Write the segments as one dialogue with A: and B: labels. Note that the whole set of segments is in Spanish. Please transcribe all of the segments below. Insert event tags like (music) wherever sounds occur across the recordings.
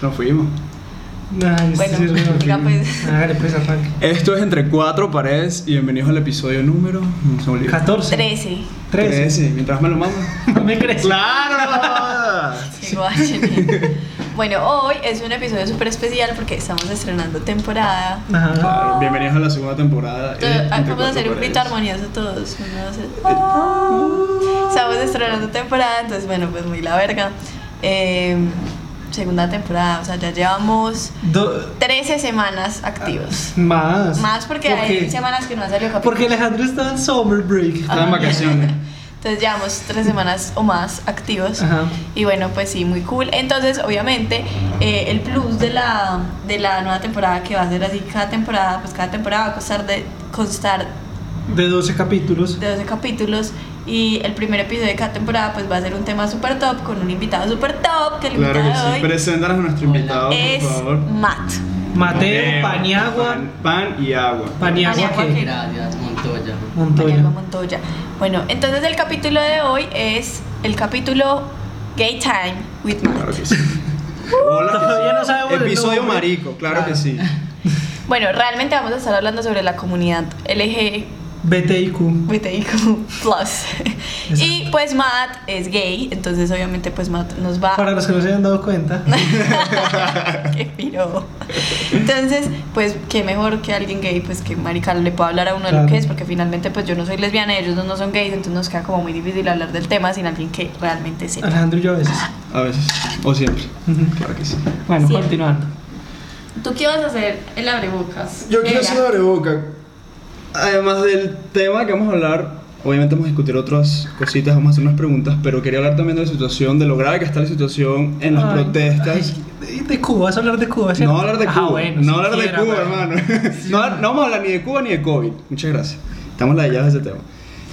A: Nos fuimos.
B: Nah, yo
C: Bueno,
B: sí, sí,
C: ya
B: sí.
C: pues.
B: Hágale pues, afán.
A: Esto es Entre Cuatro Paredes y bienvenidos al episodio número. No se me olvida.
B: 14.
C: 13.
B: (laughs) 13.
A: Trece, Mientras me lo mamo.
B: No me crees.
A: ¡Claro!
C: Sí, guachen. bueno, hoy es un episodio súper especial porque estamos estrenando temporada.
B: Ajá.
A: Claro, Bienvenidos a la segunda temporada. de
C: Todo-
A: Entre
C: Acabamos de
A: Cuatro
C: hacer un grito
A: Paredes.
C: armonioso todos. Uno, dos, tres. Estamos estrenando temporada, entonces bueno, pues muy la verga. Eh, segunda temporada, o sea, ya llevamos
B: Do-
C: 13 semanas activos.
B: Más.
C: Más porque
B: Ah. ¿Por
C: hay
B: qué?
C: semanas que no ha salido capítulo.
B: Porque Alejandro está en summer break.
A: Estaba en vacaciones.
C: Entonces llevamos tres semanas o más activos.
B: Ajá.
C: Y bueno, pues sí, muy cool. Entonces, obviamente, eh, el plus de la, de la nueva temporada que va a ser así cada temporada, pues cada temporada va a costar de, constar
B: De 12 capítulos.
C: de 12 capítulos. Y el primer episodio de cada temporada pues va a ser un tema super top con un invitado super top que el
A: Eh, Claro que
C: invitado
A: sí.
C: de hoy
A: Preséntanos a nuestro invitado,
C: es
A: por favor.
C: Matt.
B: Mateo,
A: Mateo,
B: Paniagua.
A: Pan, pan y agua.
B: Paniagua,
C: Paniagua,
B: ¿qué?
C: ¿qué?
D: Gracias, Montoya.
C: Mariano
B: Montoya.
C: Montoya. Bueno, entonces el capítulo de hoy es el capítulo Gay Time with Matt.
A: Claro que
B: (laughs)
A: sí. Hola. que
B: Todavía
A: sí.
B: no sabemos el
A: Episodio
B: nombre.
A: marico, claro,
D: Claro.
A: que sí.
C: Bueno, realmente vamos a estar hablando sobre la comunidad LGBTIQ+.
B: BTIQ.
C: Y pues Matt es gay, entonces obviamente pues Matt nos va
B: Para los que no se hayan dado
C: (laughs)
B: cuenta.
A: (laughs)
C: Qué piro. Entonces, pues qué mejor que alguien gay, pues que marica le pueda hablar a uno de
B: Claro.
C: lo que es, porque finalmente pues yo no soy lesbiana, ellos dos no son gays, entonces nos queda como muy difícil hablar del tema sin alguien que realmente sepa.
B: Alejandro y yo a
C: (laughs)
B: veces.
A: A veces. O siempre.
B: Ujú.
A: Claro que sí.
B: Bueno,
C: Sí.
B: continuando.
C: ¿Tú qué vas a hacer? El abrebocas.
A: Yo quiero
C: Era.
A: hacer una boca. Además del tema que vamos a hablar, obviamente vamos a discutir otras cositas, vamos a hacer unas preguntas, pero quería hablar también de la situación, de lo grave que está la situación en las
B: Ay,
A: protestas.
B: ay, de Cuba, vas a hablar de Cuba, ¿cierto?
A: no hablar de
B: Ah,
A: Cuba,
B: bueno,
A: no
B: si
A: hablar de
B: quiera,
A: Cuba,
B: bueno. (laughs)
A: hermano. (laughs) No, no vamos a hablar ni de Cuba ni de COVID. Muchas gracias. Estamos ladillados de ese tema.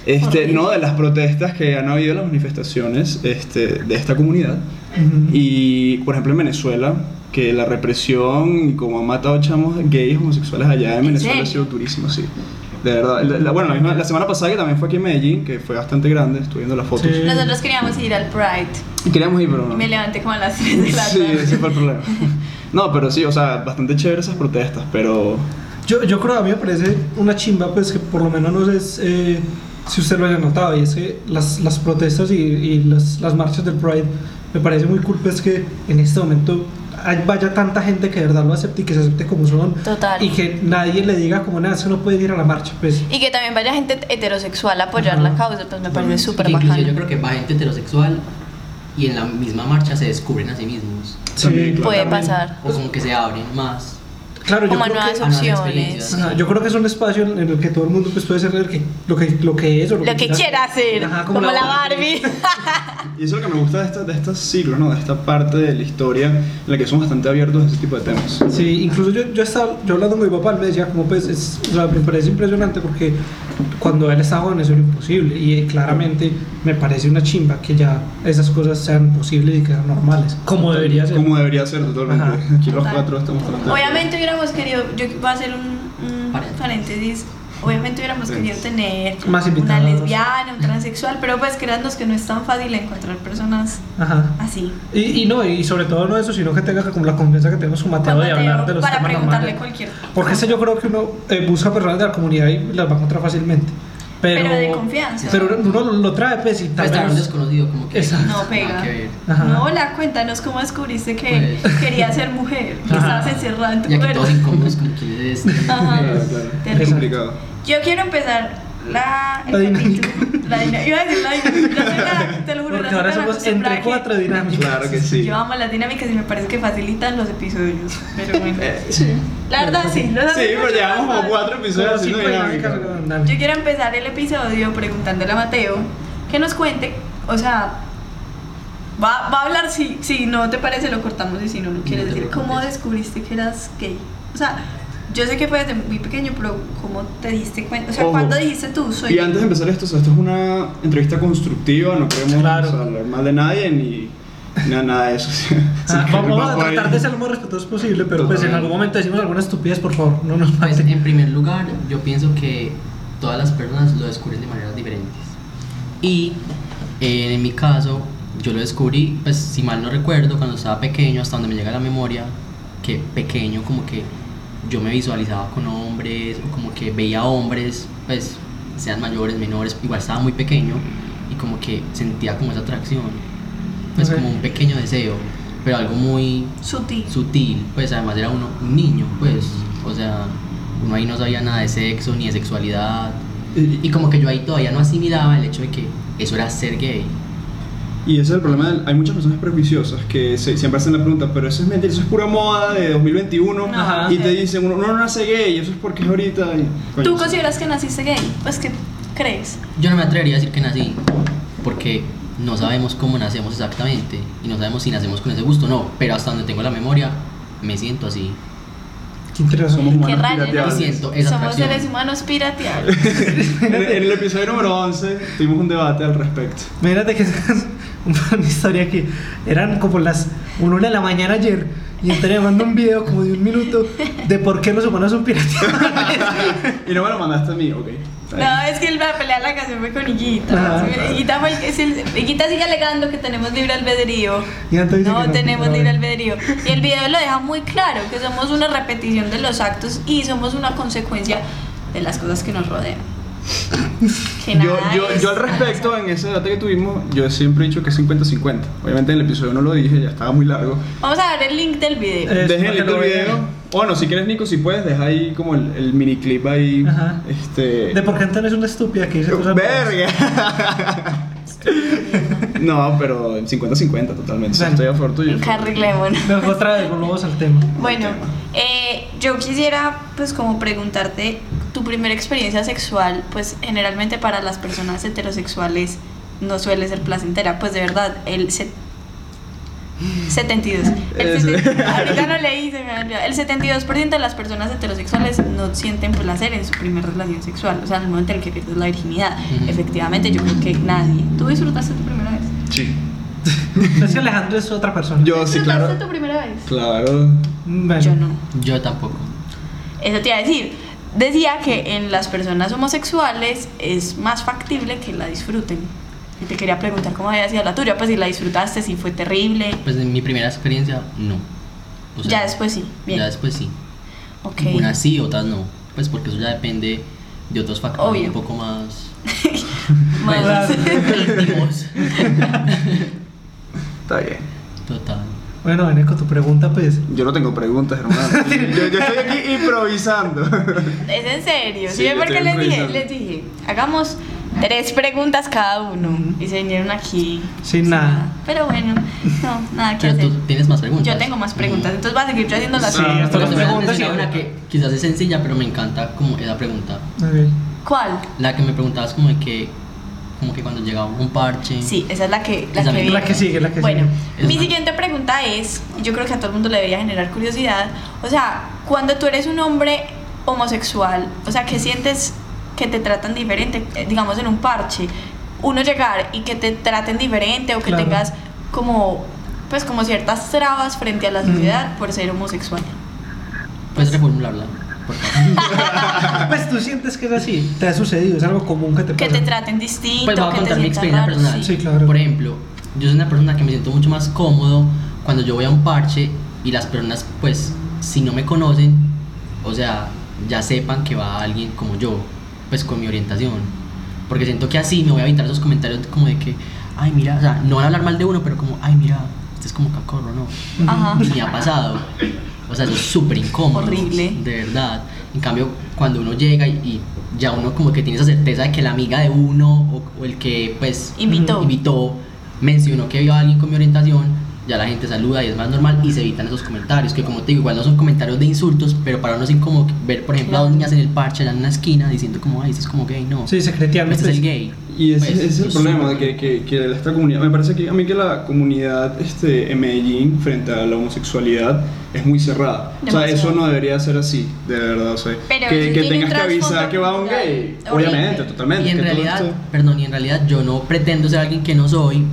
A: Este,
C: Horrible.
A: no, de las protestas que han habido, las manifestaciones este, de esta comunidad.
B: Ujú.
A: Y, por ejemplo, en Venezuela, que la represión y como han matado chamos gays homosexuales allá en
C: ¿En
A: Venezuela ha
C: serio?
A: sido durísimo, sí. De verdad. La- la- bueno, la, misma- la semana pasada que también fue aquí en Medellín, que fue bastante grande, estuve viendo las fotos.
B: Sí.
C: Nosotros queríamos ir al Pride
A: Y queríamos ir, pero no. (laughs)
C: y me levanté como a las 3 de la
A: Sí,
C: tarde.
A: ese fue el problema. (laughs) No, pero sí, o sea, bastante chévere esas protestas, pero...
B: Yo, yo creo, a mí me parece una chimba, pues que por lo menos no es, eh, si usted lo haya notado, y es que las, las protestas y, y las, las marchas del Pride, me parece muy cool, pues que en este momento hay- vaya tanta gente que de verdad lo acepte y que se acepte como son.
C: Total.
B: Y que nadie le diga como nada, eso no puede ir a la marcha, pues.
C: Y que también vaya gente heterosexual a apoyar
B: Ajá.
C: la causa, pues me parece súper
D: Que incluso
C: bacano.
D: yo creo que va gente heterosexual y en la misma marcha se descubren a sí mismos.
A: También, claro.
C: Puede
B: también.
C: pasar.
D: O como que se abren más.
B: Claro, yo
C: Como
B: creo,
C: nuevas
B: que,
D: a nuevas
C: opciones.
D: experiencias.
B: ajá, yo creo que es un espacio en, en el que todo el mundo pues, puede ser el que- lo, que, lo que es o lo,
C: Lo que quiera hacer,
B: Ajá,
C: como, la,
B: (laughs)
C: Barbie.
A: Y eso es lo que me gusta de, esta, de estos siglos, ¿no? De esta parte de la historia en la que somos bastante abiertos a ese tipo de temas.
B: Sí, incluso yo, yo estaba yo hablando con mi papá, él me decía, como pues, es, o sea, me parece impresionante porque cuando él estaba joven eso era imposible y eh, claramente me parece una chimba que ya esas cosas sean posibles y que sean normales, como debería ser.
A: Como debería ser totalmente.
B: Ajá.
A: Aquí los
C: Total.
A: cuatro estamos tratando.
C: Obviamente hubiéramos querido, yo voy a hacer un, un
D: Paréntesis.
C: paréntesis, obviamente hubiéramos querido tener
B: Más
C: una
B: invitados.
C: lesbiana, un transexual, pero pues creadnos que no es tan fácil encontrar personas
B: Ajá.
C: así.
B: Y, y no, y sobre todo no eso, sino que tenga como la confianza que tenemos con Mateo de
C: Mateo,
B: hablar de los
C: para
B: temas
C: preguntarle
B: normales.
C: cualquier
B: Porque ese yo creo que uno eh, busca personas de la comunidad y las va a encontrar fácilmente. Pero,
C: Pero de confianza.
B: Pero uno lo, lo trae, pues, y tal
D: Pues estar un
B: vez-
D: desconocido como que.
B: Exacto.
C: No pega.
D: nada que ver.
B: Ah, Ajá.
C: No, hola, cuéntanos cómo descubriste que
D: Pues.
C: querías ser mujer, que
B: Ajá.
C: estabas encerrada en tu
D: Y aquí
C: cuerpo.
D: todos incómodos como quién es
C: (laughs)
D: este.
C: Ajá.
A: Claro, claro.
C: Terrible.
A: Es complicado.
C: Yo quiero empezar la, el
B: La
C: capítulo- La dinámica. Iba a decir la dinámica. la dinámica, Te lo juro, la
B: Porque ahora
C: dinámica
B: somos entre
C: acostumbrada que-
B: cuatro dinámicas.
A: Claro que sí.
C: Yo amo las dinámicas y me parece que facilitan los episodios. Pero bueno.
A: (laughs) Eh, sí,
C: La verdad, sí. Los
A: Sí,
C: hace
A: pero
C: mucho
A: llevamos
C: más
A: como
C: fácil.
A: cuatro episodios
B: Pero sí,
A: haciendo
B: pues,
A: dinámica.
B: dinámicas,
C: Yo
B: dale.
C: quiero empezar el episodio preguntándole a Mateo que nos cuente, o sea, va, va a hablar si, si no te parece lo cortamos y si no lo quieres
D: te
C: decir. ¿Cómo
D: preocupes.
C: descubriste que eras gay? O sea, yo sé que fue desde muy pequeño, pero ¿cómo te diste cuenta? O sea,
A: Ojo.
C: ¿cuándo dijiste tú soy
A: Y
C: gay?
A: antes de empezar esto, o sea, esto es una entrevista constructiva, no queremos
B: Claro.
A: o sea, hablar mal de nadie ni nada, nada de eso. Sí, (laughs)
B: Ah,
A: que
B: vamos
A: va
B: a
A: por ahí.
B: tratar de ser lo más respetuosos posible, pero pues en
D: Totalmente.
B: algún momento decimos alguna estupidez, por favor, no
D: (laughs)
B: nos
D: Pues,
B: maten.
D: en primer lugar, yo pienso que todas las personas lo descubren de maneras diferentes. Y eh, en mi caso, Yo lo descubrí, pues si mal no recuerdo, cuando estaba pequeño, hasta donde me llega la memoria, que pequeño como que yo me visualizaba con hombres, o como que veía hombres, pues sean mayores, menores, igual estaba muy pequeño y como que sentía como esa atracción, pues
B: Ok.
D: como un pequeño deseo, pero algo muy
C: Sutil.
D: sutil, pues además era uno un niño, pues, o sea, uno ahí no sabía nada de sexo ni de sexualidad. Y como que yo ahí todavía no asimilaba el hecho de que eso era ser gay.
A: Y ese es el problema. del- Hay muchas personas prejuiciosas que se- siempre hacen la pregunta, pero eso es mentira, eso es pura moda de 2021.
B: Ajá.
A: y te dicen, uno, uno no nace gay, eso es porque es ahorita. y- coño,
C: ¿Tú
A: sí.
C: consideras que naciste gay? Pues que crees.
D: Yo no me atrevería a decir que nací, porque no sabemos cómo nacemos exactamente y no sabemos si nacemos con ese gusto o no, pero hasta donde tengo la memoria me siento así.
B: Qué interesante.
A: Somos humanos
C: Qué rayo, ¿no?
A: pirateables.
D: Y siento esa
C: Somos
D: atracción.
C: seres
A: (laughs)
C: humanos pirateables.
A: en, el- en el episodio número 11 tuvimos un debate al respecto.
B: Imagínate que (laughs) es una historia que eran como las 1 de la mañana ayer y entré mandando un video como de un minuto de por qué los humanos
A: (laughs)
B: son piratas.
A: Y no me lo mandaste a mí, ok. está bien.
C: No, es que él va a pelear la canción fue con Higuita.
B: Ah.
C: Sí, Higuita, fue el que- es el- Higuita sigue alegando que tenemos libre albedrío.
B: Y entonces dice
C: No
B: que no,
C: tenemos
B: pero
C: libre
B: bueno.
C: albedrío. Y el video lo deja muy claro, que somos una repetición de los actos y somos una consecuencia de las cosas que nos rodean. Que
A: Yo,
C: nada
A: yo,
C: es-
A: yo al respecto, en ese debate que tuvimos, yo siempre he dicho que es 50-50. Obviamente en el episodio no lo dije, ya estaba muy largo.
C: Vamos a ver el link del video.
B: Eh,
A: Dejen
B: para que
A: el
B: lo vean.
A: video. Bueno, si quieres, Nico, si puedes, deja ahí como el, el mini clip ahí.
B: Ajá.
A: Este.
B: De por qué Antón es una estúpida que dice cosas raras.
A: ¡Verga! (laughs) no, pero en 50-50 totalmente.
B: Bueno.
A: Estoy a favor tuyo.
C: Nunca arreglémonos.
B: Luego otra vez volvemos al tema.
C: Bueno, eh, yo quisiera pues como preguntarte tu primera experiencia sexual, pues generalmente para las personas heterosexuales no suele ser placentera, pues de verdad, el se- 72. El
A: Eso.
C: 70 ahorita no leí, se me había olvidado. El 72% de las personas heterosexuales no sienten placer en su primera relación sexual, o sea, en el momento en el que pierdes la virginidad.
D: Ujú.
C: Efectivamente, yo creo que nadie. ¿Tú disfrutaste tu primera vez?
A: Sí.
B: Es que Alejandro es otra persona.
A: Yo sí,
C: ¿Disfrutaste
A: claro.
C: tu primera vez?
A: Claro.
B: Bueno.
C: Yo no.
D: Yo tampoco.
C: Eso te iba a decir. Decía que en las personas homosexuales es más factible que la disfruten. Y te quería preguntar cómo había sido la tuya, pues si la disfrutaste, si fue terrible.
D: Pues en mi primera experiencia, no. O sea,
C: ya después sí, bien.
D: Ya después sí.
C: ok.
D: Unas sí, otras no. Pues porque eso ya depende de otros factores
C: Obvio.
D: un
C: (laughs)
D: poco más (laughs)
C: Más.
D: íntimos.
A: Está bien.
D: Total.
B: Bueno, Veneco, tu pregunta pues.
A: Yo no tengo preguntas,
B: (laughs)
A: hermano. yo, yo estoy aquí improvisando.
C: (laughs) es en serio,
A: Sí,
C: ¿sí? ven
A: yo
C: porque
A: estoy
C: les dije,
A: improvisando.
C: les dije, hagamos tres preguntas cada uno. Y se vinieron aquí.
B: Sin nada.
C: Pero bueno, no, nada que
D: Pero
C: hacer.
D: tú tienes más preguntas.
C: Yo tengo más preguntas, entonces vas a seguir yo haciendo las
B: Sí,
A: Ah,
B: hasta
D: Pero
B: las
D: antes
B: preguntas.
D: era una que quizás es sencilla, pero me encanta como esa pregunta.
B: Ok.
C: ¿Cuál?
D: La que me preguntabas como de que, como que cuando llegaba un parche.
C: Sí, esa es la que, la
D: Esa
C: que,
D: misma.
B: La que sigue, la que
C: bueno,
B: sigue.
D: Es
C: mi
D: una-
C: siguiente pregunta es, y yo creo que a todo el mundo le debería generar curiosidad, o sea, cuando tú eres un hombre homosexual, o sea, que sientes que te tratan diferente, Eh, digamos en un parche, uno llegar y que te traten diferente o que
B: Claro.
C: tengas como, pues como ciertas trabas frente a la
B: Mm.
C: sociedad por ser homosexual.
D: Puedes reformularla. por favor?
B: (laughs) Pues tú sientes que es así. Te ha sucedido, es algo común que te
C: Que
B: pasa.
C: te traten distinto,
D: Pues voy a
C: que te
D: contar mi
C: sientas
D: experiencia
C: raro.
D: personal.
B: Sí, claro.
D: Por ejemplo, yo soy una persona que me siento mucho más cómodo cuando yo voy a un parche y las personas, pues, si no me conocen, o sea, ya sepan que va alguien como yo, pues con mi orientación. Porque siento que así me voy a evitar esos comentarios como de que, ay, mira, o sea, no van a hablar mal de uno, pero como, ay, mira, este es como cacorro, ¿no?
C: Ajá.
D: Y me ha pasado. O sea, eso es súper incómodo.
C: Horrible.
D: De verdad. En cambio, cuando uno llega y, y ya uno como que tiene esa certeza de que la amiga de uno o, o el que pues
C: Invitó.
D: invitó mencionó que vio a alguien con mi orientación, ya la gente saluda y es más normal y se evitan esos comentarios, que como te digo, igual no son comentarios de insultos, pero para uno es incómodo ver, por ejemplo, a dos niñas en el parche, allá en una esquina, diciendo como, ay, este es como gay, no.
B: Sí, secreteando.
D: Este es el
B: pues.
D: gay.
A: Y ese,
D: Pues,
A: ese es el
D: eso
A: problema, de
D: súper-
A: que, que, que esta comunidad, me parece que a mí que la comunidad este, en Medellín frente a la homosexualidad es muy cerrada. O sea, eso
C: Demasiado.
A: no debería ser así, de verdad. O sea,
C: Pero
A: que,
C: eso
A: que
C: tiene
A: tengas
C: un
A: que avisar
C: trasfondo
A: que va un gay.
C: cultural horrible.
A: Obviamente, totalmente.
D: Y en
A: que todo
D: realidad,
A: esto-
D: perdón, y en realidad yo no pretendo ser alguien que no soy,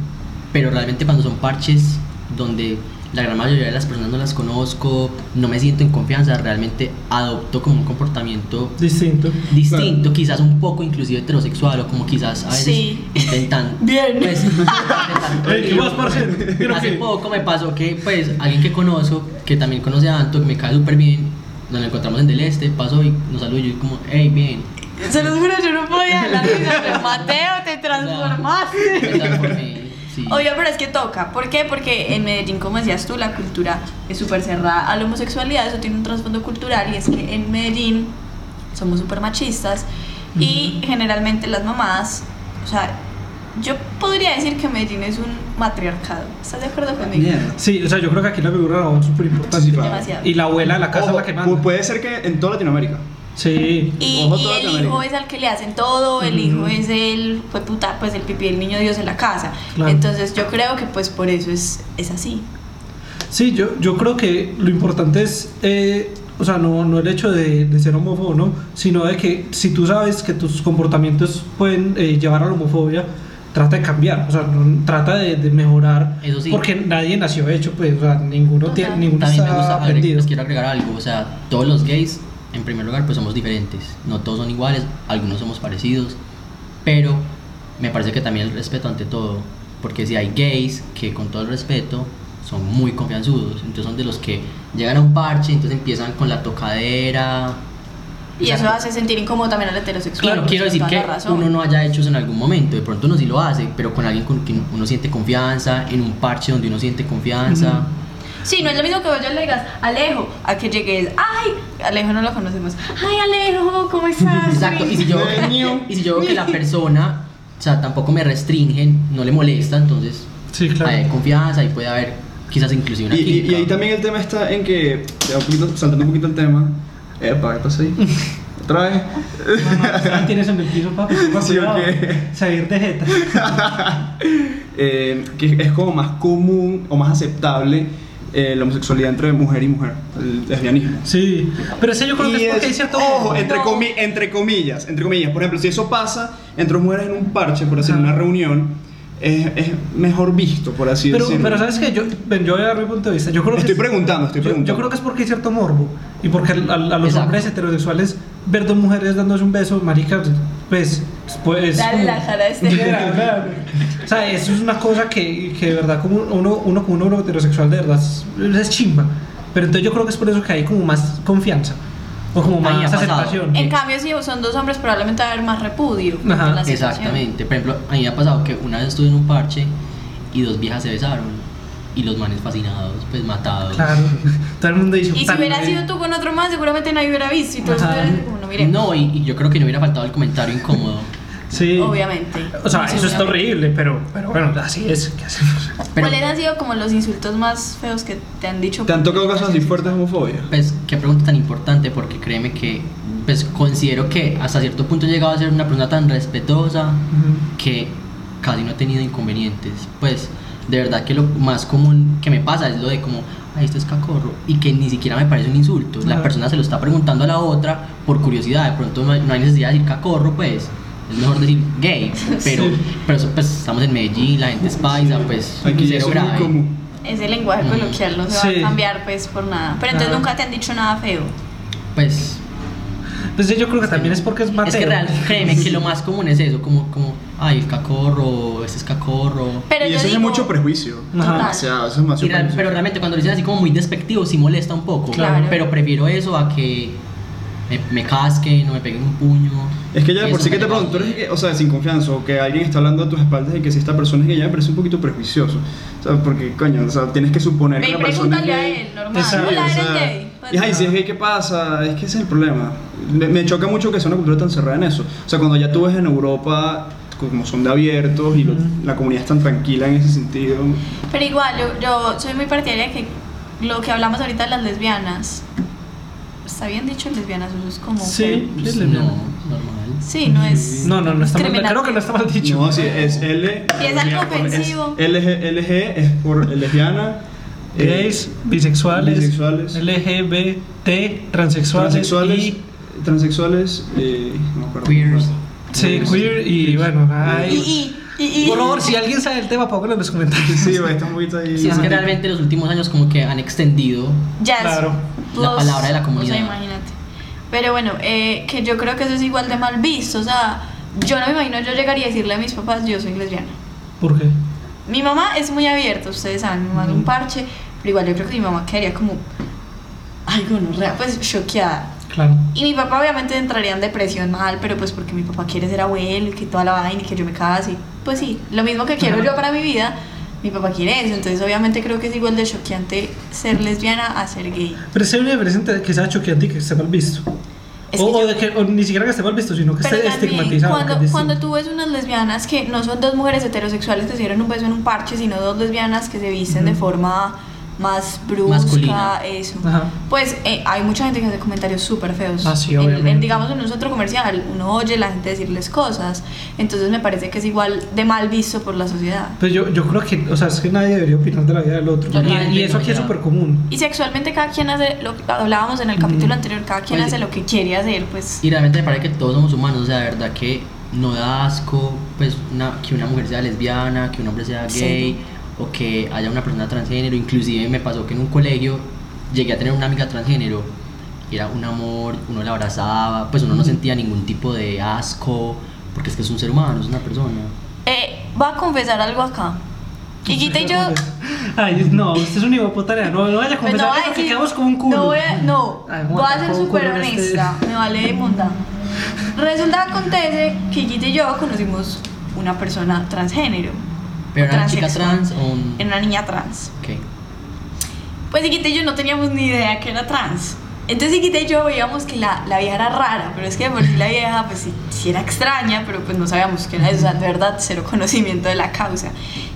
D: pero realmente cuando son parches donde la gran mayoría de las personas no las conozco, no me siento en confianza, realmente adopto como un comportamiento
B: Distinto.
D: distinto,
A: Claro.
D: quizás un poco inclusive heterosexual o como quizás a veces
C: Sí. (laughs)
D: intentan.
C: Bien.
D: Pues, intentan-
B: Ey, ¿qué más, parcero? ¿Pero
D: Hace
B: qué?
D: poco me pasó que pues alguien que conozco, que también conoce a Anto, que me cae súper bien, nos lo encontramos en Del Este, pasó y nos saludó y yo como, hey, bien.
C: Se los juro, yo no podía hablar pero Mateo,
D: (laughs)
C: te
D: Me
C: transformaste.
D: transformé, sí.
C: Obvio, pero es que toca. ¿Por qué? Porque en Medellín, como decías tú, la cultura es súper cerrada a la homosexualidad. Eso tiene un trasfondo cultural y es que en Medellín somos súper machistas y generalmente las mamás, o sea, yo podría decir que Medellín es un matriarcado. ¿Estás de acuerdo conmigo?
A: Mierda.
B: Sí, o sea, yo creo que aquí la figura de la mamá es súper importante.
A: Sí, claro.
C: Demasiado.
B: Y la abuela de la casa
A: Ojo,
B: es la que
A: pu-
B: manda.
A: puede ser que en toda Latinoamérica.
B: Sí.
C: Y,
A: Ojo,
C: y
A: toda
C: el
A: Latinoamérica.
C: hijo es al que le hacen todo, el hijo
B: Ujú.
C: es el fue puta, pues el pipí, el niño Dios en la casa.
B: Claro.
C: Entonces yo creo que pues por eso es, es así.
B: Sí, yo, yo creo que lo importante es, eh, o sea, no, no el hecho de, de ser homófobo, ¿no? Sino de que si tú sabes que tus comportamientos pueden eh, llevar a la homofobia, trata de cambiar, o sea, no- trata de, de mejorar.
D: Eso sí.
B: Porque nadie nació hecho, pues, o sea, ninguno,
C: Ajá.
B: tiene, ninguno
D: También me
B: está
D: gusta, agre-
B: aprendido. (laughs)
D: les quiero agregar algo, o sea, todos los gays, en primer lugar, pues somos diferentes, no todos son iguales, algunos somos parecidos, pero me parece que también el respeto ante todo, porque si hay gays que con todo el respeto son muy confianzudos, entonces son de los que llegan a un parche, entonces empiezan con la tocadera.
C: Y
D: Exacto.
C: eso hace sentir incómodo también al heterosexual.
D: Y no quiero
C: pues,
D: decir
C: con
D: que
C: toda la razón.
D: uno no haya hecho eso en algún momento, de pronto uno sí lo hace, pero con alguien con quien uno siente confianza, en un parche donde uno siente confianza.
B: Ujú.
C: Sí, no es lo mismo que vos yo le digas, Alejo, a que llegues, ay, Alejo no lo conocemos, ay Alejo,
B: (laughs)
C: ¿cómo estás?
D: Exacto, y si yo, y si yo veo que la persona, o sea, tampoco me restringen, no le molesta, entonces
B: Sí,
D: hay
B: claro.
D: confianza, ahí puede haber quizás inclusive
A: Y,
D: una
A: y- y
D: química.
A: ahí también el tema está en que, ya un poquito- saltando un poquito el tema, epa, ¿qué pasa
D: (laughs)
A: ahí? ¿Otra vez?
B: Mamá, ¿sabes? tienes en el piso, papi.
A: (laughs)
B: ten
A: Sí, ¿o
B: cuidado.
A: qué?
B: Salir de jeta.
A: Eh, que es como más común o más aceptable eh, la homosexualidad entre mujer y mujer, el lesbianismo.
B: Sí, pero ese yo creo que
A: Y
B: es porque
A: es-
B: hay cierto...
A: ojo, entre,
C: No.
A: comi- entre comillas, entre comillas. Por ejemplo, si eso pasa entre dos mujeres en un parche, por decir, en
B: Ajá.
A: una reunión, es, es mejor visto, por así
B: pero,
A: decirlo.
B: pero sabes que yo, ven, yo voy a dar mi punto de vista. Yo creo que
A: estoy
B: es-
A: preguntando, estoy
B: Yo- Yo,
A: preguntando.
B: creo que es porque hay cierto morbo y porque a, a los
D: Exacto.
B: hombres heterosexuales ver dos mujeres dándose un beso, marica, pues, pues
C: Dale la cara
B: (laughs)
C: a este.
B: o sea, eso es una cosa que, que de verdad como uno uno como uno heterosexual de verdad es, es chimba, pero entonces yo creo que es por eso que hay como más confianza o como
D: A mí me
B: más
D: ha pasado.
B: aceptación.
C: en cambio, si son dos hombres, probablemente va a haber más repudio. por
B: Ajá,
C: la situación.
D: Exactamente. Por ejemplo, a mí me ha pasado que una vez estuve en un parche y dos viejas se besaron y los manes fascinados, pues matados.
B: Claro. (laughs) Todo el mundo dice,
C: Y si
B: "Puta,
C: hubiera
B: eh".
C: sido tú con otro más, seguramente nadie hubiera visto y todos
B: Ajá.
C: hubieran como no miremos.
D: No, y, y yo creo que no hubiera faltado el comentario incómodo.
B: Sí.
C: Obviamente.
B: O sea,
C: Sí,
B: eso está
C: obviamente.
B: horrible, pero, pero bueno, así es, ¿qué hacemos?
D: Pero,
C: ¿Cuáles han sido como los insultos más feos que te han dicho?
A: ¿Te han tocado casos así fuertes de homofobia?
D: pues, qué pregunta tan importante, porque créeme que, pues, considero que hasta cierto punto he llegado a ser una persona tan respetuosa que casi no he tenido inconvenientes. Pues de verdad que lo más común que me pasa es lo de como, ay, esto es cacorro, y que ni siquiera me parece un insulto. La
B: Ajá.
D: persona se lo está preguntando a la otra por curiosidad, de pronto no hay, no hay necesidad de decir cacorro, pues es mejor decir gay, pero,
B: (laughs) Sí.
D: pero eso, pues estamos en Medellín, la gente es paisa, pues
A: Aquí
D: cero
A: eso es muy
D: grave.
A: común.
C: Ese lenguaje
D: Mm.
C: coloquial no se va
B: Sí.
C: a cambiar pues por nada. Pero entonces
B: Ajá.
C: nunca te han dicho nada feo.
D: Pues
B: Pues yo creo que también es porque es Mateo.
D: es que real, créeme que lo más común es eso, como, como ay, el cacorro, este es cacorro.
C: Pero
A: y
C: yo
A: eso
C: digo, Ah.
A: es mucho prejuicio.
B: Ajá.
A: Demasiado, eso es más
D: Y real- pero realmente cuando lo dicen así como muy despectivo sí molesta un poco.
C: Claro.
D: Pero prefiero eso a que me, me casquen o me peguen un puño.
A: Es que ya de por
D: Eso
A: sí que
D: me
A: te
D: pasa.
A: pregunto, o sea, sin confianza, o que alguien está hablando a tus espaldas y que si esta persona es que ya me parece un poquito prejuicioso. O sea, porque, coño, o sea, tienes que suponer
C: Ve
A: que
C: y
A: la persona es
C: pregúntale a
A: gay.
C: él, normal.
A: Sí,
B: Exacto.
C: Hola,
A: o
C: eres
A: sea,
C: gay. Pues,
A: y ay, si es gay, ¿qué pasa? Es que ese es el problema. Me, me choca mucho que sea una cultura tan cerrada en eso. O sea, cuando ya tú ves en Europa como son de abiertos y lo-
B: Ujú.
A: la comunidad es tan tranquila en ese sentido.
C: Pero igual, yo, yo soy muy partidaria de que lo que hablamos ahorita de las lesbianas. Está bien dicho lesbianas, eso es como.
B: Sí,
C: feo.
D: Pues,
B: sí, le-
D: no, normal.
C: Sí, no es.
B: (laughs) No, no, no está mal,
C: discriminante.
B: creo que no está mal dicho.
A: No, sí, es L.
C: Y es algo
A: por- es
C: ofensivo.
A: LG, LG es por lesbiana. eh,
B: Gays, bisexuales,
A: bisexuales,
B: LGBT, transexuales,
A: transexuales.
B: y
A: Transexuales. eh, no, perdón,
D: Queers.
A: perdón.
B: sí,
A: Queers.
B: queer y
A: Queers.
B: bueno, ay,
C: Y, y Y, y-
B: Por favor, si alguien sabe el tema, pónganlo en los comentarios.
A: Sí, güey, está un poquito ahí.
D: Si es que realmente los últimos años como que han extendido
C: Jazz.
B: Claro.
D: La palabra de la comunidad.
C: O sea, imagínate. Pero bueno, eh, que yo creo que eso es igual de mal visto. O sea, yo no me imagino yo llegaría a decirle a mis papás, yo soy lesbiana.
B: ¿Por qué?
C: Mi mamá es muy abierta, ustedes saben, mi mamá es
B: Mm.
C: un parche. Pero igual yo creo que mi mamá quedaría como algo no real, pues choqueada.
B: Claro.
C: Y mi papá obviamente entraría en depresión mal, pero pues porque mi papá quiere ser abuelo y que toda la vaina y que yo me case. Pues sí, lo mismo que quiero
B: Ajá.
C: yo para mi vida, mi papá quiere eso. Entonces obviamente creo que es igual de choqueante ser lesbiana a ser gay.
B: Pero si hay una diferencia entre que sea choqueante y que esté mal visto.
C: Es
B: o,
C: que
B: o
C: yo-
B: de que o ni siquiera que esté mal visto, sino que
C: Pero
B: esté
C: también,
B: estigmatizado.
C: cuando,
B: que es
C: cuando
B: distinto.
C: tú ves unas lesbianas que no son dos mujeres heterosexuales que se dieron un beso en un parche, sino dos lesbianas que se visten de
B: Ujú.
C: forma más brusca,
D: Masculina.
C: eso.
B: Ajá.
C: Pues eh, hay mucha gente que hace comentarios súper feos.
B: Ah, sí,
C: En- en,
B: obviamente.
C: digamos, en un centro comercial, uno oye la gente decirles cosas. Entonces me parece que es igual de mal visto por la sociedad.
B: Pues yo, yo creo que, o sea, es que nadie debería opinar de la vida del otro.
D: Totalmente,
B: Y, y eso aquí es
D: ya.
B: súper común.
C: Y sexualmente cada quien hace lo que hablábamos en el capítulo
B: Ujú.
C: anterior, cada quien
D: Oye.
C: hace lo que quiere hacer, pues.
D: y realmente me parece que todos somos humanos, o sea, de verdad que no da asco pues una- que una mujer sea lesbiana, que un hombre sea
C: Sí.
D: gay o que haya una persona transgénero, inclusive me pasó que en un colegio llegué a tener una amiga transgénero, era un amor, uno la abrazaba, pues uno no sentía ningún tipo de asco, porque es que es un ser humano, es una persona.
C: Eh, voy a confesar algo acá. Higuita y yo
B: (laughs) Ay, no, usted es un hipopotárea. No, no vaya a
C: Pues no
B: confesar
C: voy a
B: eso que
C: decir-
B: quedamos como un culo.
C: No, voy a, no,
B: Ay,
C: voy a
B: Juan,
C: ser
B: como un
C: súper
B: culo en este-
C: honesta, me vale de monta. Resulta que acontece que Gita y yo conocimos una persona transgénero.
D: Pero
C: o
D: era una chica
C: transexual,
D: trans o un...
C: Era una niña trans.
D: Ok.
C: Pues Higuita y yo no teníamos ni idea que era trans. Entonces Higuita y yo veíamos que la, la vieja era rara, pero es que de por sí la vieja pues sí, sí era extraña, pero pues no sabíamos que era eso, o sea, de verdad, cero conocimiento de la causa.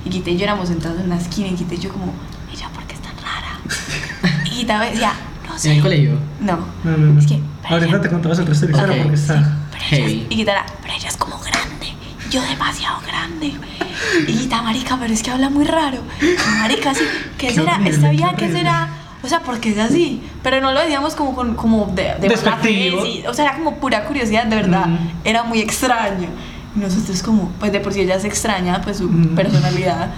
C: Higuita y yo éramos sentados en una esquina, Higuita y yo como, ella, ¿por qué es tan rara? Higuita decía, no sé.
D: En el colegio.
C: No.
B: No, no, no.
C: Es que-
B: Ahorita te contamos el resto de la historia
D: Ok.
B: porque está.
C: Pero ella,
D: Heavy.
C: y Guitara, pero ella es como grande. Yo demasiado grande. Y Guita, marica, pero es que habla muy raro. Marica, sí. ¿Qué,
B: Qué
C: será?
B: horrible,
C: ¿Esta vieja
B: qué
C: qué
B: horrible.
C: será? O sea, porque es así. Pero no lo decíamos como, con- como de, de mala fe,
B: Despectivo. Mm.
C: sí. O sea, era como pura curiosidad, de verdad.
B: Ujú.
C: Era muy extraño. Y nosotros como, pues de por sí ella es extraña, pues su
B: Ujú.
C: personalidad.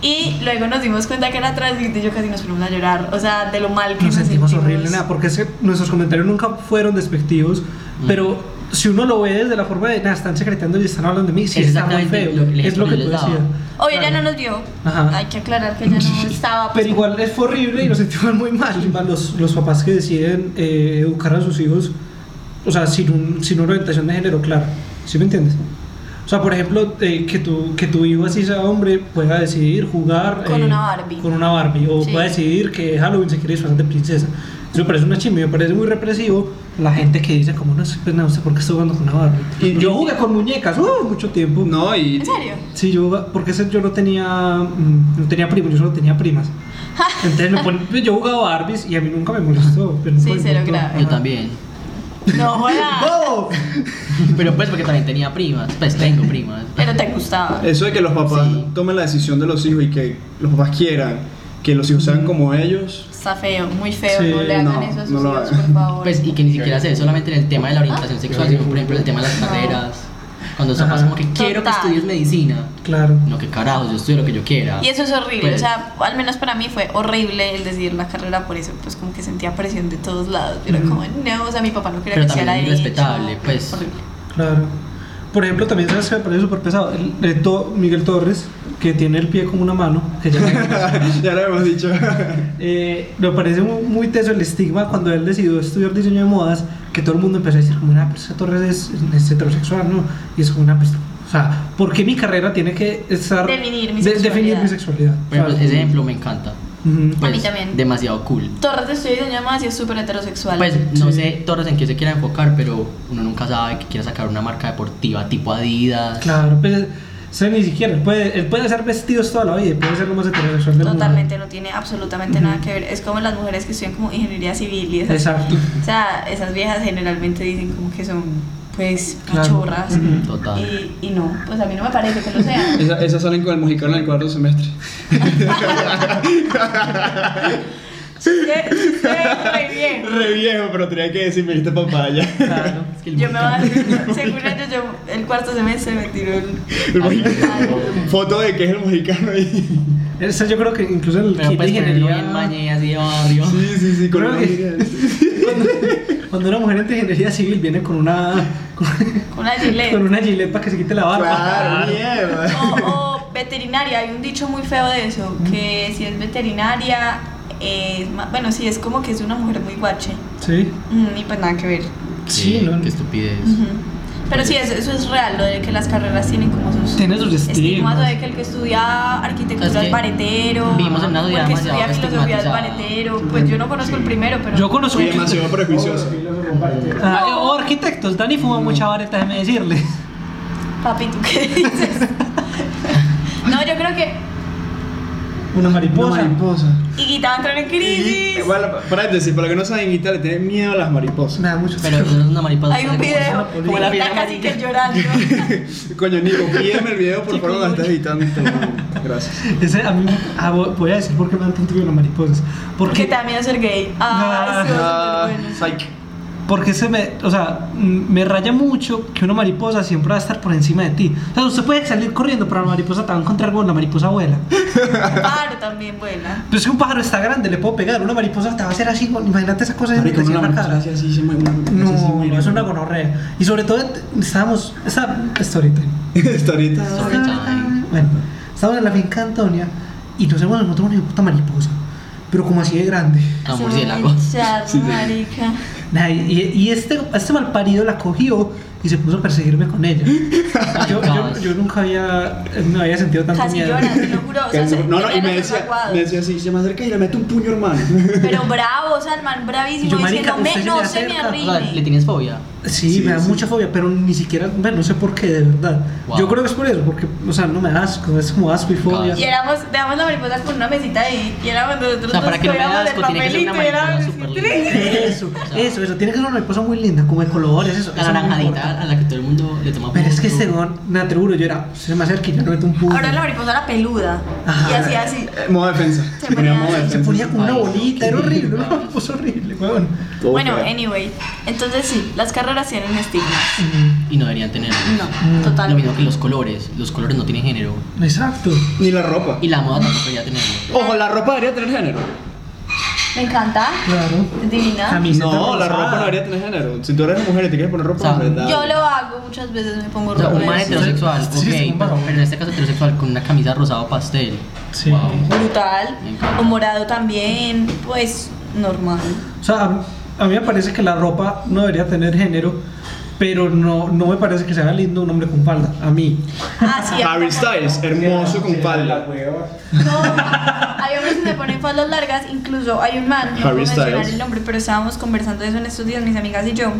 C: Y luego nos dimos cuenta que era trans y Guita y yo casi nos fuimos a llorar. O sea, de lo mal que
B: Nos
C: nos,
B: sentimos horrible,
C: horribles
B: nada, porque es que nuestros comentarios nunca fueron despectivos,
C: Mm.
B: pero si uno lo ve desde la forma de, nada, están secretando y están hablando de mí, sí, está muy
D: Exactamente,
B: feo.
D: lo que el
B: es lo que tú
D: ejemplo que les
B: decías.
D: daba.
C: Oye, ella
B: Claro.
C: no nos vio.
B: Ajá.
C: Hay que aclarar que ella no
B: Ah,
C: estaba. pues,
B: Pero igual es horrible y nos sentimos muy mal. Igual Los, los papás que deciden eh, educar a sus hijos, o sea, sin, un- sin una orientación de género clara. ¿Sí me entiendes? O sea, por ejemplo, eh, que, tu, que tu hijo así sea hombre pueda decidir jugar
C: Con
B: eh,
C: una Barbie.
B: Con una Barbie. O
C: Sí.
B: pueda decidir que Halloween se quiere disfrazar de princesa. Eso me parece una chimba. y Me parece muy represivo la gente que dice, como no, es que, pues, no sé por qué estoy jugando con una Barbie.
A: Y-
B: yo jugué con muñecas uh, mucho tiempo.
A: No, y.
C: ¿En serio?
B: Sí, yo jugaba- porque ese yo no tenía mm, no tenía primos, yo solo tenía
C: (laughs)
B: primas. Entonces me ponen- yo jugaba Barbies y a mí nunca me molestó. Pero
C: Sí,
B: nunca me
C: cero
B: importó.
C: grave.
B: Ajá.
D: Yo también. (laughs)
A: (laughs)
C: No, joda.
B: ¡No!
D: Pero pues porque también tenía primas, pues tengo primas.
C: Pero te gustaba.
A: Eso de que los papás
D: Sí.
A: tomen la decisión de los hijos y que los papás quieran que los hijos sean como ellos. (laughs)
C: Está feo, muy feo.
B: Sí,
C: no le hagan
A: no,
C: eso a sus
A: no lo
C: hijos,
A: hagan.
C: por favor.
D: Pues, y que ni siquiera se ve solamente en el tema de la
C: Ah.
D: orientación sexual, sino por ejemplo en el tema de las carreras. Cuando se pasa
B: Ajá.
D: como que quiero que
C: Total.
D: estudies medicina.
B: Claro.
D: No, que carajos, yo estudio lo que yo quiera.
C: y eso es horrible,
D: Pues-
C: o sea, al menos para mí fue horrible el decidir la carrera por eso, pues como que sentía presión de todos lados, pero
B: Ujú.
C: como, no, o sea, mi papá no quería
D: Pero
C: que sea la
D: también es
C: derecha,
D: respetable, pues.
C: horrible.
B: Claro. Por ejemplo, también sabes que me parece súper pesado. El, el To- Miguel Torres, que tiene el pie como una mano, que ya
D: (laughs)
B: me-
A: ya lo hemos dicho.
B: Eh, me parece muy, muy teso el estigma cuando él decidió estudiar diseño de modas, que todo el mundo empezó a decir, como, una persona Torres es, es heterosexual, ¿no? Y es como una persona. O sea, ¿por qué mi carrera tiene que estar.
C: Definir mi sexualidad.
B: definir mi sexualidad?
D: Por ejemplo,
B: ¿sabes?
D: ese ejemplo me encanta.
B: Ujú.
D: Pues,
C: mí también.
D: Demasiado cool.
C: Torres de estudio de llamadas y es súper heterosexual.
D: Pues no
B: Sí.
D: sé todos en qué se quiera enfocar, pero uno nunca sabe que quiera sacar una marca deportiva tipo Adidas.
B: Claro, pues sé ni siquiera. Él puede, él puede hacer vestidos toda la vida y puede ser lo más heterosexual del mundo.
C: Totalmente, no tiene absolutamente
B: Ujú.
C: nada que ver. Es como las mujeres que estudian como ingeniería civil y esas
B: Exacto.
C: O sea, esas viejas generalmente dicen como que son, pues,
B: Claro.
C: cachorras.
B: Ujú.
D: Total.
C: Y, y no, pues a mí no me parece que lo sean.
A: Esa- Esas salen con el mexicano en el cuarto semestre.
C: Chiste- chiste re bien.
A: Re viejo, pero tenía que decirme este papaya.
B: Claro.
D: (laughs) Es que el
C: Yo me
D: volcán-
C: voy a según ellos, yo el cuarto semestre me tiró el.
A: (laughs) El mexicano.
D: pues,
A: Foto de que es el mexicano (laughs) ahí.
B: Esa yo creo que incluso en el
D: Pero
B: kit de
D: puedes ponerlo
B: ingeniería.
D: bien mañe así de barrio.
A: Sí, sí, sí, con
B: Creo
A: una
B: que-
A: mirada.
B: cuando, (laughs) cuando una mujer entra en ingeniería civil viene con una. con,
C: Con una gilet.
B: con una gilet para que se quite la
A: (laughs)
B: barba.
A: Claro, mierda.
C: O, o veterinaria, hay un dicho muy feo de eso, que si es veterinaria, es ma- bueno, sí, es como que es una mujer muy guache.
B: Sí.
C: Mm, Y pues nada que ver.
B: Sí, no.
D: Qué estupidez.
C: Ujú. Pero sí, eso, eso es real, lo de que las carreras tienen como sus
B: Tiene sus
C: estigmas, lo
B: estigmas.
C: de que el que estudia arquitectura
D: Es que
C: es baretero,
D: vivimos en una
C: o el
D: sociedad
C: que estudia
D: demasiado
C: filosofía es
D: estigmatizada.
C: baretero, pues yo no conozco el primero, pero...
B: Yo conozco
A: Y
B: muchos-
A: demasiado prejuicioso.
B: Ah, o arquitectos, Dani
D: Mm.
B: fuma mucha vareta, déjeme decirle.
C: Papi, ¿tú qué dices?
A: (laughs)
C: no, yo creo que...
B: (laughs) Una mariposa.
A: Una mariposa.
C: Y Guita va a entrar en crisis.
A: Y, bueno, paréntesis, para los que no saben, Guita le tiene miedo a las mariposas.
B: (laughs) Me da mucho
D: Pero eso no es una mariposa.
C: Hay un
D: ¿cómo es una
C: video
D: poli-
C: como
D: como la
C: está
D: piedra
C: casi que
D: amarilla.
C: llorando.
A: Coño, Nico, pídeme el video, por favor, cuando estás editando. te lo mando. Gracias.
B: Ese a mí, ah, vo- voy a decir por qué me dan tanto miedo las mariposas.
C: Porque
B: Porque,
C: te da miedo ser gay. Ah, eso
A: Ah,
C: es súper bueno.
A: psych.
B: porque se me, o sea, mm, me raya mucho que una mariposa siempre va a estar por encima de ti. O sea, usted puede salir corriendo, pero la mariposa te va a encontrar con la mariposa vuela.
A: (laughs)
B: Pero
C: Paro también buena.
B: es que un pájaro está grande, le puedo pegar. Una mariposa te va a hacer así, bueno, imagínate esa cosa
A: Marico,
B: recién
A: no, la
B: marcada.
A: mariposa hace así, se mueve, una mariposa
B: No,
A: así,
B: no,
A: mira. (laughs)
B: es una gonorrea. Y sobre todo, t- estábamos. Está, está ahorita.
A: Hasta ahorita.
D: Story time.
B: Bueno, estábamos en la finca de Antonia y nos hemos encontrado una puta mariposa. Pero como así de grande.
D: Ah,
C: Se
D: murciélago.
C: va a hinchar,
A: Sí, sí.
C: marica.
B: Nah, y, y- y este, este malparido la cogió y se puso a perseguirme con ella. Yo, yo- yo nunca había, me había sentido tanto
C: Casi
B: miedo.
C: llora, te lo juro. O sea, se-
A: No, no, y
C: tenía
A: me
C: los ojos
A: decía,
C: aguados.
A: me decía así, se me acerca y le mete un puño, hermano.
C: Pero bravo, o sea, el man
B: Y
C: bravísimo.
B: yo,
C: diciendo,
B: marica, usted
C: me,
B: se
C: no
B: me
C: se me
B: acerca.
D: O sea, le
C: arrime.
D: tienes fobia.
B: Sí,
A: Sí,
B: me da
A: sí.
B: mucha fobia, pero ni siquiera, bueno, no sé por qué, de verdad.
D: Wow.
B: Yo creo que es por eso, porque, o sea, no me da asco, es como asco y fobia.
C: Y éramos, dejamos la mariposa con una mesita ahí. Y éramos nosotros
D: O sea, para
C: dos
D: que no me
C: éramos
D: dé
C: del
D: asco, tiene que ser una
C: papelito,
D: mariposa
C: éramos
D: súper
C: así,
D: linda.
B: Eso,
D: O sea,
B: eso, eso, tiene que ser una cosa muy linda, como de colores, eso.
D: La
B: eso no me
D: naranjadita
B: importa.
D: a la que todo el mundo le toma
B: Pero es que
D: foto.
B: este gon, me atrevo, yo era, se me acerca y yo le meto un puño.
C: (laughs) Ahora la mariposa era peluda.
B: Ajá.
C: Y así, así.
A: Eh, Modo defensa.
C: Se
A: Se ponía
C: ponía-
A: modo
C: se
A: defensa.
B: Se ponía como una
D: Ay,
B: bolita,
D: qué
B: era horrible,
D: lindo.
B: (laughs) una cosa horrible, weón.
A: Todo
C: Bueno,
A: feo.
C: anyway. Entonces sí, las carreras tienen estigmas.
D: Y no deberían tener.
C: No,
D: Lo
C: totalmente.
D: mismo que los colores. Los colores no tienen género.
B: Exacto.
A: Ni la ropa.
D: Y la moda tampoco debería tenerlo.
A: Ojo, la ropa debería tener género.
C: Me encanta.
B: Claro.
C: Es divina.
B: Camiseta
A: No, la
B: rosada.
A: ropa no debería tener género. Si tú eres mujer y te quieres poner
D: O sea,
A: ropa, hombre, dale.
C: Yo lo hago, muchas veces me pongo
D: O sea,
C: ropa
D: un man
C: de-
D: heterosexual, ok,
B: Sí, sí,
D: pero,
B: sí.
D: pero en este caso heterosexual con una camisa rosado pastel.
B: Sí.
D: Wow.
C: brutal
D: Me encanta.
C: o morado también, pues normal.
B: O sea, a mí, a mí me parece que la ropa no debería tener género, pero no, no me parece que sea lindo un hombre con falda. A mí.
C: Ah, sí, hay
A: Harry
C: tampoco-
A: Styles, hermoso con falda.
C: No, hay hombres que se ponen faldas largas, incluso hay un man, no puedo
A: Harry
C: mencionar
A: Styles.
C: el nombre, pero estábamos conversando de eso en estos días, mis amigas y yo.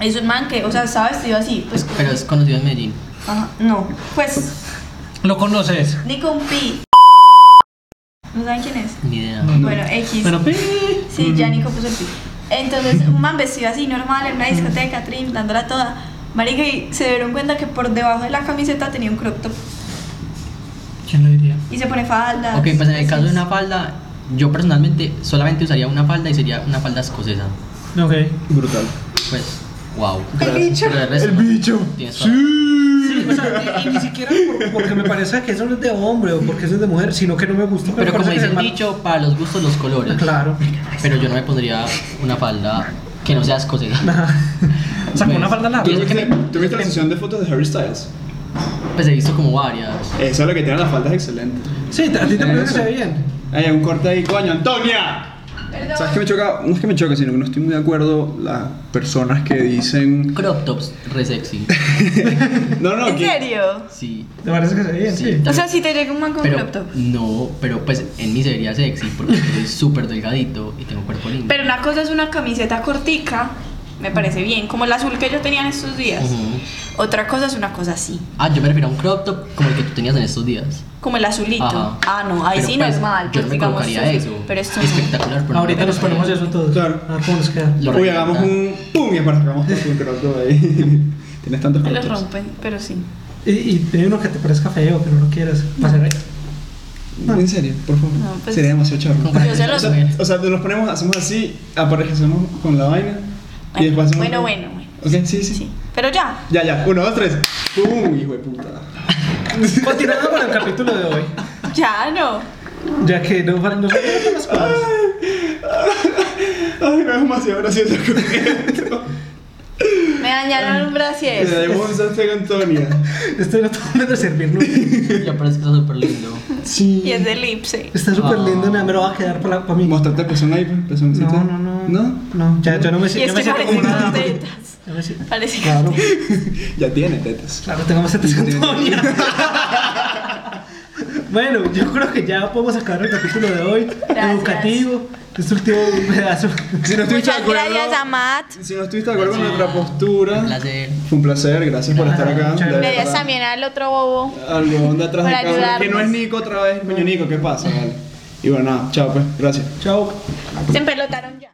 C: Es un man que, o sea, estaba vestido así, pues. con-
D: Pero es conocido en Medellín.
C: Ajá, no, pues,
B: ¿Lo conoces?
C: ni con Pi. ¿No saben quién es?
D: Ni idea.
C: Bueno, X.
B: Bueno, pi-
C: Sí, ya Nico puso el pi. Entonces, un man vestido así, normal, en una discoteca, trim, dándola toda. Marica, y se dieron cuenta que por debajo de la camiseta tenía un crop top.
B: ¿Quién lo diría?
C: Y se pone falda.
D: Ok, pues en el caso de una falda, yo personalmente solamente usaría una falda y sería una falda escocesa.
B: Ok.
A: Brutal.
D: Pues, wow.
C: El bicho.
D: Pero resto,
A: El
D: Pues, no.
A: bicho.
D: Tienes
B: Sí, o sea, y, y ni siquiera por- porque me parece que eso no es de hombre o porque eso es de mujer, sino que no me gusta.
D: Pero
B: me
D: como dice
B: parece
D: el
B: que se
D: dicho, pues. para los gustos los colores.
B: mal- Claro.
D: Pero yo no me pondría una falda que no sea escocesa.
B: O sea, con una falda larga.
D: Y eso que me-
A: ¿Tú viste la sesión de fotos de Harry Styles? Eh,
D: Pues he visto como varias.
A: Esa es la que tiene las faldas excelente.
B: Sí, a ti te parece que
A: Eso.
B: se ve bien.
A: Hay un corte ahí, coño, Antonia. ¿Sabes qué me choca? No es que me choca, sino que no estoy muy de acuerdo las personas que dicen.
D: Crop tops, re sexy.
A: No, no,
C: ¿En
A: que-
C: serio?
D: Sí.
B: ¿Te parece que se ve bien?
D: Sí.
B: Sí.
C: O sea, si te llega un man con
D: Pero
C: crop top.
D: no, pero pues en mí sería sexy porque soy súper delgadito y tengo cuerpo lindo.
C: Pero una cosa es una camiseta cortica, me parece bien, como el azul que yo tenía en estos días.
D: Ujú.
C: Otra cosa es una cosa así,
D: Ah, yo me refiero a un crop top como el que tú tenías en estos días.
C: como el azulito.
D: Ajá.
C: Ah, no, ahí
D: Pero,
C: sí no
D: pues,
C: es mal,
D: Yo
C: pues
D: no me
C: digamos.
D: colocaría
C: sí,
D: eso.
C: Pero esto no.
D: Espectacular. pero no
B: Ahorita
D: me
B: nos
D: colocaría
B: ponemos
D: (laughs)
B: eso todos.
A: Claro.
B: A ver cómo nos queda.
D: Lo
A: Uy,
D: reventan.
A: hagamos un pum y para hagamos un croto ahí. (laughs) Tienes tantos
C: Te los
A: crotos.
C: rompen, pero sí.
B: Y, y hay uno que te parezca feo, que no lo quieras. Va a ser-
A: En serio, por favor.
C: No, pues-
A: Sería demasiado charro.
D: Con-
C: Yo se
A: O
C: los-
A: sea, o sea, nos ponemos, hacemos así, aparejamos con la vaina y después hacemos.
C: Bueno, bueno, bueno.
A: Ok, sí, sí.
C: Sí. Pero ya.
A: Ya, ya. Uno, dos, tres. ¡Pum! Hijo de puta.
B: Continuando con el capítulo de hoy,
C: Ya no.
B: ya que no van no, faltan las cosas.
A: (laughs) Ay, no es demasiado gracioso con esto.
C: Me dañaron un
A: Le
C: brasier.
A: damos un salseo a Antonia.
B: Estoy tratando de servirlo.
D: Ya parece que está súper lindo.
A: Sí.
C: Y es de elipse.
B: Está súper
D: Ah.
B: lindo, nada, me lo va a quedar para, para mí.
A: Mostrarte pezón ahí, pezoncito.
B: No, no, no.
A: ¿No?
B: No, ya, ya no me
C: Y es
B: ya me
C: que
B: siento
C: parece
B: como
C: que
B: una-
C: tetas.
B: ya me siento-
C: Parece que
B: Claro,
A: Ya tiene tetas.
B: claro, tengo más tetas que
A: Sí, sí, sí.
B: Antonia. Bueno, yo creo que ya podemos acabar el capítulo de hoy.
C: Gracias.
B: Educativo, este último pedazo.
A: Si no estuviste de
C: Muchas
A: acuerdo,
C: gracias a Matt.
A: si no estuviste de acuerdo con
D: Sí.
A: nuestra postura,
D: Un placer.
A: fue un placer. Gracias por estar acá.
B: Muchas
A: de
B: gracias.
C: Gracias
A: verdad.
C: también al otro bobo.
A: Al huevón de atrás
C: Por
A: de cámara,
C: ayudarnos.
A: Que no es Nico otra vez. Coño, Nico, ¿qué pasa? Vale. Y bueno, nada, chao pues. Gracias.
B: Chao.
C: Se empelotaron ya.